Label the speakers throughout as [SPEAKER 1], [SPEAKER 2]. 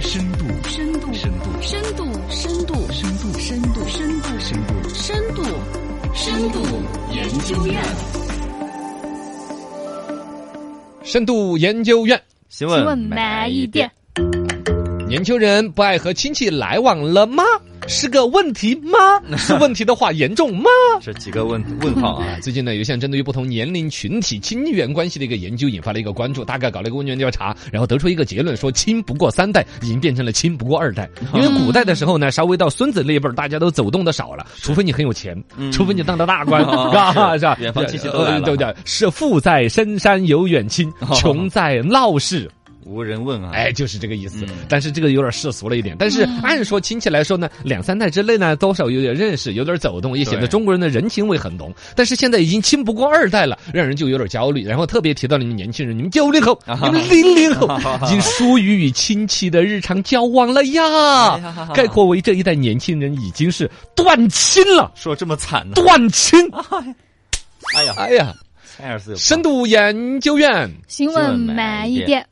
[SPEAKER 1] 深度，
[SPEAKER 2] 深度，
[SPEAKER 1] 深度，
[SPEAKER 2] 深度，深度，
[SPEAKER 1] 深度，
[SPEAKER 2] 深度，深度，
[SPEAKER 1] 深度，
[SPEAKER 2] 深度，深度研究院。
[SPEAKER 3] 深度研究院，
[SPEAKER 4] 新
[SPEAKER 2] 新
[SPEAKER 4] 闻
[SPEAKER 2] 闻慢一点。，
[SPEAKER 3] 年轻人不爱和亲戚来往了吗？是个问题 吗？是问题的话严重吗？
[SPEAKER 4] 这几个问问号啊
[SPEAKER 3] 啊，，最近呢，有一项针对于不同年龄群体亲缘关系的一个研究，引发了一个关注。大概搞了一个问卷调查，然后得出一个结论，说亲不过三代已经变成了亲不过二代。因
[SPEAKER 4] 嗯
[SPEAKER 3] 为古代的时候呢，稍微到孙子那一辈儿，大家都走动的少了，除非你很有钱， 除非你当了大官，
[SPEAKER 4] 哦
[SPEAKER 3] 是吧？
[SPEAKER 4] 是
[SPEAKER 3] 是吧？
[SPEAKER 4] 远房亲戚都来了
[SPEAKER 3] 对对，是富在深山有远 亲，穷在闹市
[SPEAKER 4] 无人问啊。
[SPEAKER 3] 哎，，就是这个意思
[SPEAKER 4] 嗯。
[SPEAKER 3] 但是这个有点世俗了一点。但是按说亲戚来说呢，两三代之内呢，多少有点认识，有点走动，也显得
[SPEAKER 4] 对
[SPEAKER 3] 中国人的人情味很浓。但是现在已经亲不过二代了，让人就有点焦虑。然后特别提到了你们年轻人，你们九零后、
[SPEAKER 4] 啊
[SPEAKER 3] 你们零零 后，已经疏于与亲戚的日常交往了
[SPEAKER 4] 哎
[SPEAKER 3] 呀。概括为这一代年轻人已经是断亲了，
[SPEAKER 4] 说这么惨呢？
[SPEAKER 3] 断亲。
[SPEAKER 4] 啊哎呀，
[SPEAKER 3] 哎呀，
[SPEAKER 4] 艾尔斯有
[SPEAKER 3] 深度研究院。
[SPEAKER 2] 新闻慢一点，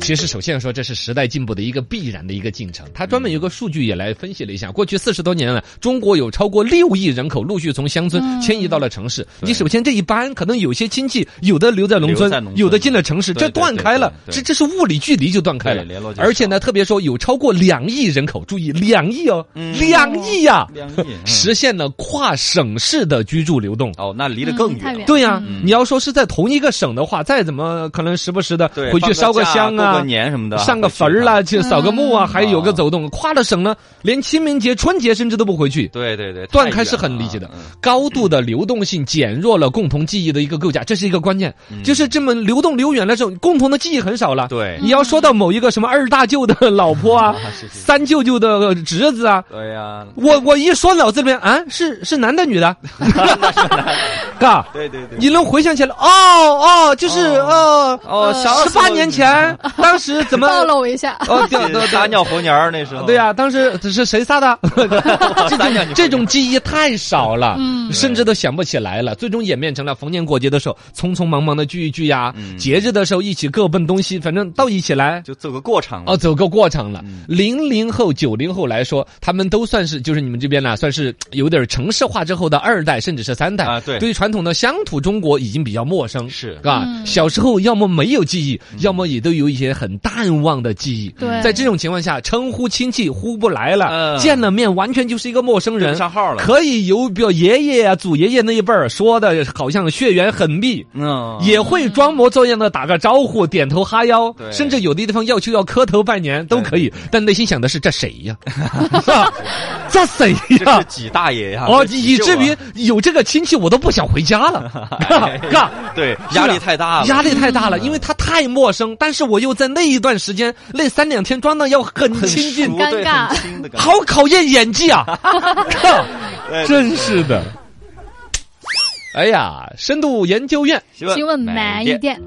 [SPEAKER 3] 其实，首先说，这是时代进步的一个必然的一个进程。它专门有个数据也来分析了一下，过去四十多年了，中国有超过六亿人口陆续从乡村迁移到了城市。
[SPEAKER 4] 嗯对
[SPEAKER 3] 你首先这一班可能有些亲戚，有的留在农村
[SPEAKER 4] 留在，农村
[SPEAKER 3] 有的进了城市，
[SPEAKER 4] 对
[SPEAKER 3] 这
[SPEAKER 4] 对
[SPEAKER 3] 断开了，
[SPEAKER 4] 对对
[SPEAKER 3] 这
[SPEAKER 4] 对
[SPEAKER 3] 这是物理距离就断开了
[SPEAKER 4] 对联络。就
[SPEAKER 3] 而且呢，特别说有超过两亿人口，注意两亿哦，
[SPEAKER 4] 嗯
[SPEAKER 3] 两亿呀、
[SPEAKER 4] 两亿嗯
[SPEAKER 3] 实现了跨省市的居住流动。
[SPEAKER 4] 哦，那离得更
[SPEAKER 2] 嗯太远
[SPEAKER 4] 远了。
[SPEAKER 3] 对呀、
[SPEAKER 2] 嗯
[SPEAKER 3] 你要说是在同一个省的话，再怎么可能时不时的
[SPEAKER 4] 对，
[SPEAKER 3] 回去烧
[SPEAKER 4] 放个假
[SPEAKER 3] 香啊
[SPEAKER 4] 过个，年什么的，
[SPEAKER 3] 上个坟
[SPEAKER 4] 坟
[SPEAKER 3] 儿 啦，。去扫个墓啊，
[SPEAKER 2] 嗯
[SPEAKER 3] 还有个走动，跨了省呢，连清明节、春节甚至都不回去。
[SPEAKER 4] 对对对，
[SPEAKER 3] 断
[SPEAKER 4] 太
[SPEAKER 3] 开是
[SPEAKER 4] 远
[SPEAKER 3] 很
[SPEAKER 4] 了
[SPEAKER 3] 理解的
[SPEAKER 4] 嗯，
[SPEAKER 3] 高度的流动性减弱了共同记忆的一个构架，这是一个关键。就是这么流动流远了之后，共同的记忆很少了。
[SPEAKER 4] 嗯对
[SPEAKER 3] 你要说到某一个什么二大舅的老婆 啊，
[SPEAKER 4] 是是
[SPEAKER 3] 三舅舅的侄子啊，
[SPEAKER 4] 对呀，
[SPEAKER 3] 我我一说脑子里面啊，是是男的女 的，嘎，
[SPEAKER 4] 对对对，
[SPEAKER 3] 你能回想起来？哦哦，就是哦
[SPEAKER 4] 哦想
[SPEAKER 3] 十
[SPEAKER 4] 死我
[SPEAKER 3] 八
[SPEAKER 4] 了
[SPEAKER 3] 年 前当时怎么
[SPEAKER 2] 暴露一下。
[SPEAKER 3] 哦，对对
[SPEAKER 4] 这
[SPEAKER 3] 对，
[SPEAKER 4] 撒尿和年儿那时候，
[SPEAKER 3] 对呀、啊当时这是谁撒的？
[SPEAKER 4] 撒尿你
[SPEAKER 3] 这种记忆太少了，
[SPEAKER 2] 嗯
[SPEAKER 3] 甚至都想不起来了。最终演变成了逢年过节的时候匆匆忙忙的聚一聚呀、
[SPEAKER 4] 嗯
[SPEAKER 3] 节日的时候一起各奔东西，反正到一起来。
[SPEAKER 4] 就走个过场
[SPEAKER 3] 哦，
[SPEAKER 4] 了。
[SPEAKER 3] 走个过场了
[SPEAKER 4] 嗯。
[SPEAKER 3] 零零后、九零后来说，他们都算是，就是你们这边呢、算是有点城市化之后的二代，甚至是三代
[SPEAKER 4] 啊对
[SPEAKER 3] 对于传统的乡土中国已经比较陌生，
[SPEAKER 4] 是嗯
[SPEAKER 3] 吧？
[SPEAKER 2] 嗯
[SPEAKER 3] 小时候要么没有记忆，要么也都有一些很淡忘的记忆。
[SPEAKER 2] 对，
[SPEAKER 3] 在这种情况下，称呼亲戚呼不来了，
[SPEAKER 4] 嗯
[SPEAKER 3] 见了面完全就是一个陌生
[SPEAKER 4] 对
[SPEAKER 3] 人
[SPEAKER 4] 不。上号了，
[SPEAKER 3] 可以有表爷爷啊、祖爷爷那一辈儿说的，好像血缘很密，
[SPEAKER 4] 嗯，
[SPEAKER 3] 也会装模作样的打个招呼、点头哈腰，
[SPEAKER 4] 对
[SPEAKER 3] 甚至有的地方要求要磕头拜年都可以
[SPEAKER 4] 对。
[SPEAKER 3] 但内心想的是，这谁 呀？这谁
[SPEAKER 4] 这
[SPEAKER 3] 呀
[SPEAKER 4] 是？几大爷呀？
[SPEAKER 3] 啊哦，
[SPEAKER 4] 这几
[SPEAKER 3] 以
[SPEAKER 4] 舅
[SPEAKER 3] 至于
[SPEAKER 4] 啊
[SPEAKER 3] 有这个亲戚，我都不想回家 了，嘎嘎。
[SPEAKER 4] 啊对压力太大了，
[SPEAKER 3] 啊压力太大
[SPEAKER 4] 嗯
[SPEAKER 3] 了，因为他太陌生，但是我又在那一段时间那三两天装的要很
[SPEAKER 4] 很
[SPEAKER 3] 亲近
[SPEAKER 4] 熟，
[SPEAKER 2] 尴
[SPEAKER 4] 对
[SPEAKER 2] 尬
[SPEAKER 4] 很亲的感觉
[SPEAKER 3] 好考验演技 啊！靠，
[SPEAKER 4] 对
[SPEAKER 3] 真是的。 哎呀，深度研究院，
[SPEAKER 2] 新闻慢一。点，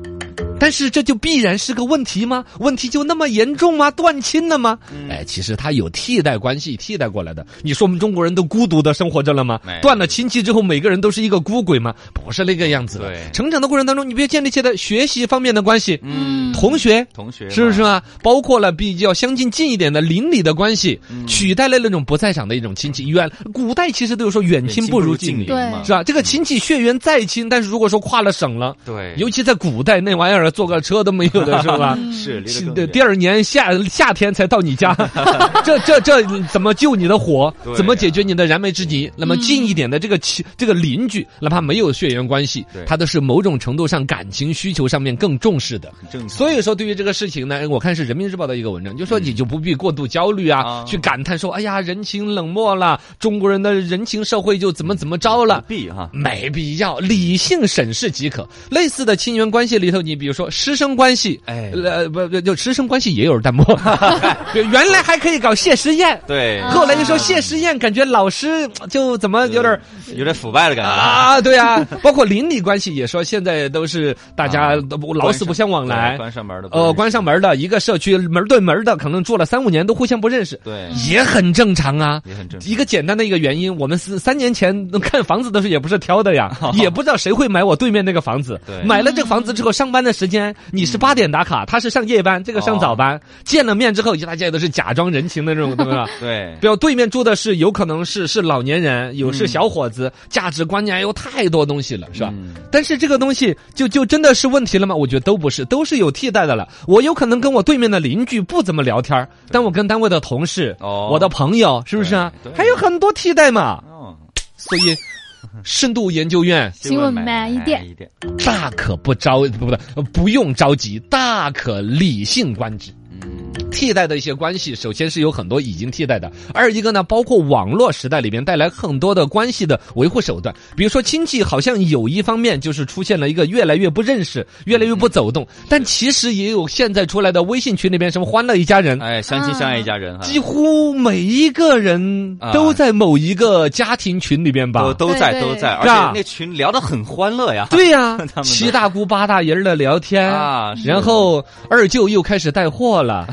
[SPEAKER 3] 但是这就必然是个问题吗？问题就那么严重吗？断亲了吗？哎，其实它有替代关系替代过来的。你说我们中国人都孤独的生活着了吗
[SPEAKER 4] 没？
[SPEAKER 3] 断了亲戚之后，每个人都是一个孤鬼吗？不是那个样子的
[SPEAKER 4] 对。
[SPEAKER 3] 成长的过程当中，你别建立起来学习方面的关系，
[SPEAKER 2] 嗯，
[SPEAKER 3] 同学。
[SPEAKER 4] 同学
[SPEAKER 3] 是不是
[SPEAKER 4] 嘛？
[SPEAKER 3] 啊？包括了比较相近近一点的邻里的关系，取代了那种不在场的一种亲戚。远古代其实都有说远亲不如近
[SPEAKER 4] 近
[SPEAKER 3] 邻，
[SPEAKER 2] 对
[SPEAKER 4] 嘛
[SPEAKER 3] 是吧？这个亲戚血缘再亲，但是如果说跨了省了，
[SPEAKER 4] 对，
[SPEAKER 3] 尤其在古代那玩意儿坐个车都没有的是吧？
[SPEAKER 2] 嗯
[SPEAKER 4] 是 离
[SPEAKER 3] 是
[SPEAKER 4] 得
[SPEAKER 3] 的，
[SPEAKER 4] 更
[SPEAKER 3] 第
[SPEAKER 4] 远。
[SPEAKER 3] 二年夏夏天才到你 家，这这这怎么救你的火
[SPEAKER 4] 对？嗯
[SPEAKER 3] 怎么解决你的燃眉之急？那么近一点的这个亲这个邻居，哪怕没有血缘关系
[SPEAKER 4] 对，
[SPEAKER 3] 他都是某种程度上感情需求上面更重视的。
[SPEAKER 4] 很正常，
[SPEAKER 3] 所以说，对于这个事情呢，哎我看是人民日报的一个文章，就说你就不必过度焦虑啊，
[SPEAKER 4] 嗯啊
[SPEAKER 3] 去感叹说，哎呀，人情冷漠了，中国人的人情社会就怎么怎么着了。
[SPEAKER 4] 必哈，
[SPEAKER 3] 没必要，理性审视即可。类似的亲缘关系里头，你比如说师生关系，
[SPEAKER 4] 哎
[SPEAKER 3] 呃，不不，就师生关系也有弹 幕，对原来还可以搞谢师宴，
[SPEAKER 4] 对，
[SPEAKER 2] 啊
[SPEAKER 3] 后来一说谢师宴，感觉老师就怎么有点儿
[SPEAKER 4] 有点腐败的感觉啊，
[SPEAKER 3] 啊，对啊，包括邻里关系也说，现在都是大家
[SPEAKER 4] 啊
[SPEAKER 3] 都不老死不相往来
[SPEAKER 4] 对，关上门的，
[SPEAKER 3] 呃，关上门的一个社区门对门的，可能住了三五年都互相不认识，
[SPEAKER 4] 对，
[SPEAKER 3] 也很正常啊。
[SPEAKER 4] 也很正常
[SPEAKER 3] 一个简单的一个原因，我们是三年前 看房子的时候也不是挑的呀，也不知道谁会买我对面那个房子。
[SPEAKER 4] 哦对嗯
[SPEAKER 3] 买了这个房子之后，上班的时时间，你是八点打卡，他是上夜班，这个上早班，见了面之后，大家也都是假装人情的那种，对 吧？
[SPEAKER 4] 对，
[SPEAKER 3] 比如对面住的是有可能是是老年人，有是小伙子，价值观念有太多东西了，是吧？
[SPEAKER 4] 嗯
[SPEAKER 3] 但是这个东西就就真的是问题了吗？我觉得都不是，都是有替代的了。我有可能跟我对面的邻居不怎么聊天儿但我跟单位的同事、
[SPEAKER 4] 哦
[SPEAKER 3] 我的朋友，是不是啊
[SPEAKER 4] 对？对
[SPEAKER 3] 还有很多替代嘛。
[SPEAKER 4] 哦，
[SPEAKER 3] 所以，深度研究院
[SPEAKER 4] 新
[SPEAKER 2] 闻慢一点
[SPEAKER 4] 一点，
[SPEAKER 3] 大可不着不不不用着急，大可理性观之。
[SPEAKER 4] 嗯，
[SPEAKER 3] 替代的一些关系，首先是有很多已经替代的，二一个呢，包括网络时代里面带来很多的关系的维护手段，比如说亲戚好像有一方面就是出现了一个越来越不认识，越来越不走动，但其实也有现在出来的微信群里面什么欢乐一家人。
[SPEAKER 4] 哎，相亲相爱一家人哈，
[SPEAKER 3] 几乎每一个人都在某一个家庭群里边吧，
[SPEAKER 4] 啊都都在
[SPEAKER 2] 对
[SPEAKER 4] 都
[SPEAKER 2] 对
[SPEAKER 4] 在，而
[SPEAKER 3] 是吧
[SPEAKER 4] 且那群聊得很欢乐呀，
[SPEAKER 3] 对 呀、
[SPEAKER 4] 们
[SPEAKER 3] 七大姑八大姨儿的聊天
[SPEAKER 4] 啊是
[SPEAKER 3] 然后二舅又开始带货 了，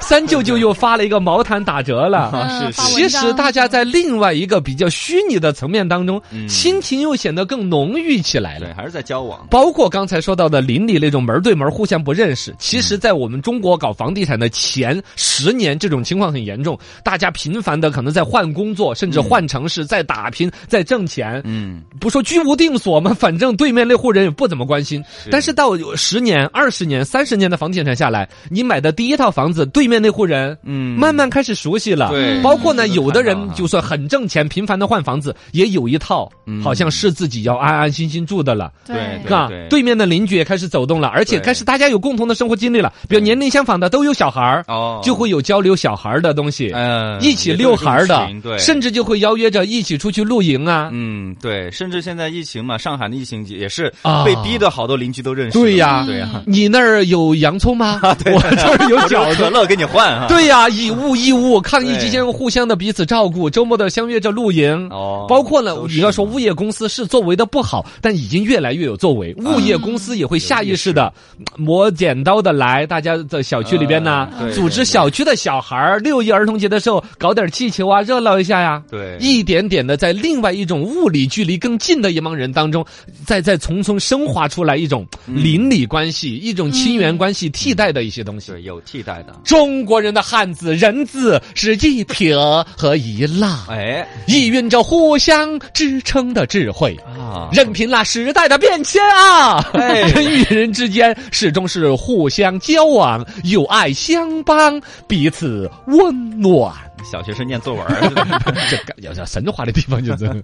[SPEAKER 3] 三舅舅又发了一个毛毯打折 了。
[SPEAKER 4] 是是
[SPEAKER 3] 其实大家在另外一个比较虚拟的层面当中，
[SPEAKER 4] 嗯
[SPEAKER 3] 亲情又显得更浓郁起来了
[SPEAKER 4] 对，。还是在交往，
[SPEAKER 3] 包括刚才说到的邻里那种门儿对门儿互相不认识，其
[SPEAKER 4] 嗯
[SPEAKER 3] 实，在我们中国搞房地产的前十年，这种情况很严重。大家频繁的可能在换工作，甚至换城市，在打拼，在挣钱。
[SPEAKER 4] 嗯，
[SPEAKER 3] 不说居无定所嘛，反正对面那户人也不怎么关心。
[SPEAKER 4] 是
[SPEAKER 3] 但是到有十年、二十年、三十年的房地产下来，你买的第一套房子，对面那户人，
[SPEAKER 4] 嗯
[SPEAKER 3] 慢慢开始熟悉了。
[SPEAKER 4] 对
[SPEAKER 3] 包括呢，
[SPEAKER 4] 嗯
[SPEAKER 3] 有的人
[SPEAKER 4] 看到哈
[SPEAKER 3] 就算很挣钱，频繁的换房子，也有一套，
[SPEAKER 4] 嗯
[SPEAKER 3] 好像是自己要安安心心住的了。
[SPEAKER 4] 对
[SPEAKER 3] 是吧
[SPEAKER 4] 对？
[SPEAKER 3] 对面的邻居也开始走动了，而且
[SPEAKER 4] 对
[SPEAKER 3] 开始大家有共同的生活经历了，比如年龄相仿的都有小孩儿，
[SPEAKER 4] 哦，
[SPEAKER 3] 就会有交流小孩儿的东西。
[SPEAKER 4] 呃
[SPEAKER 3] 一起遛孩儿的，
[SPEAKER 4] 对，
[SPEAKER 3] 甚至就会邀约着一起出去露营啊，
[SPEAKER 4] 嗯，对，甚至现在疫情嘛，上海的疫情也是
[SPEAKER 3] 啊
[SPEAKER 4] 被逼的，好多邻居都认识了。
[SPEAKER 3] 对呀
[SPEAKER 4] 对 呀，
[SPEAKER 3] 你那儿有洋葱 吗？
[SPEAKER 4] 啊
[SPEAKER 3] 我这儿有
[SPEAKER 4] 我
[SPEAKER 3] 饺
[SPEAKER 4] 有可
[SPEAKER 3] 子。
[SPEAKER 4] 乐给你换啊哈。
[SPEAKER 3] 对呀、以物易物，抗疫期
[SPEAKER 4] 对
[SPEAKER 3] 间互相的彼此照顾，周末的相约着露营。
[SPEAKER 4] 哦
[SPEAKER 3] 包括呢
[SPEAKER 4] 都，是
[SPEAKER 3] 你要说物业公司是作为的不好，但已经越来越有作为，
[SPEAKER 4] 嗯
[SPEAKER 3] 物业公司也会下意识的磨剪刀的来，大家在小区里边呢
[SPEAKER 4] 嗯，对
[SPEAKER 3] 组织小区的小孩儿六一儿童节的时候搞点气球啊，热闹一下呀。
[SPEAKER 4] 对
[SPEAKER 3] 一点点的在另外一种物理距离更近的一帮人当中，再再从中升华出来一种
[SPEAKER 4] 嗯
[SPEAKER 3] 邻里关系、一种亲缘关系替代的一些东西。
[SPEAKER 4] 对有替代的。
[SPEAKER 3] 中国人的汉字“人”字是一撇和一捺，
[SPEAKER 4] 哎
[SPEAKER 3] 意蕴着互相支撑的智慧。
[SPEAKER 4] 啊
[SPEAKER 3] 任凭那时代的变迁啊，
[SPEAKER 4] 哎
[SPEAKER 3] 人与人之间始终是互相交往，友爱相帮，彼此温暖。
[SPEAKER 4] 小学生念作文儿。
[SPEAKER 3] 这个有点神话的地方就是。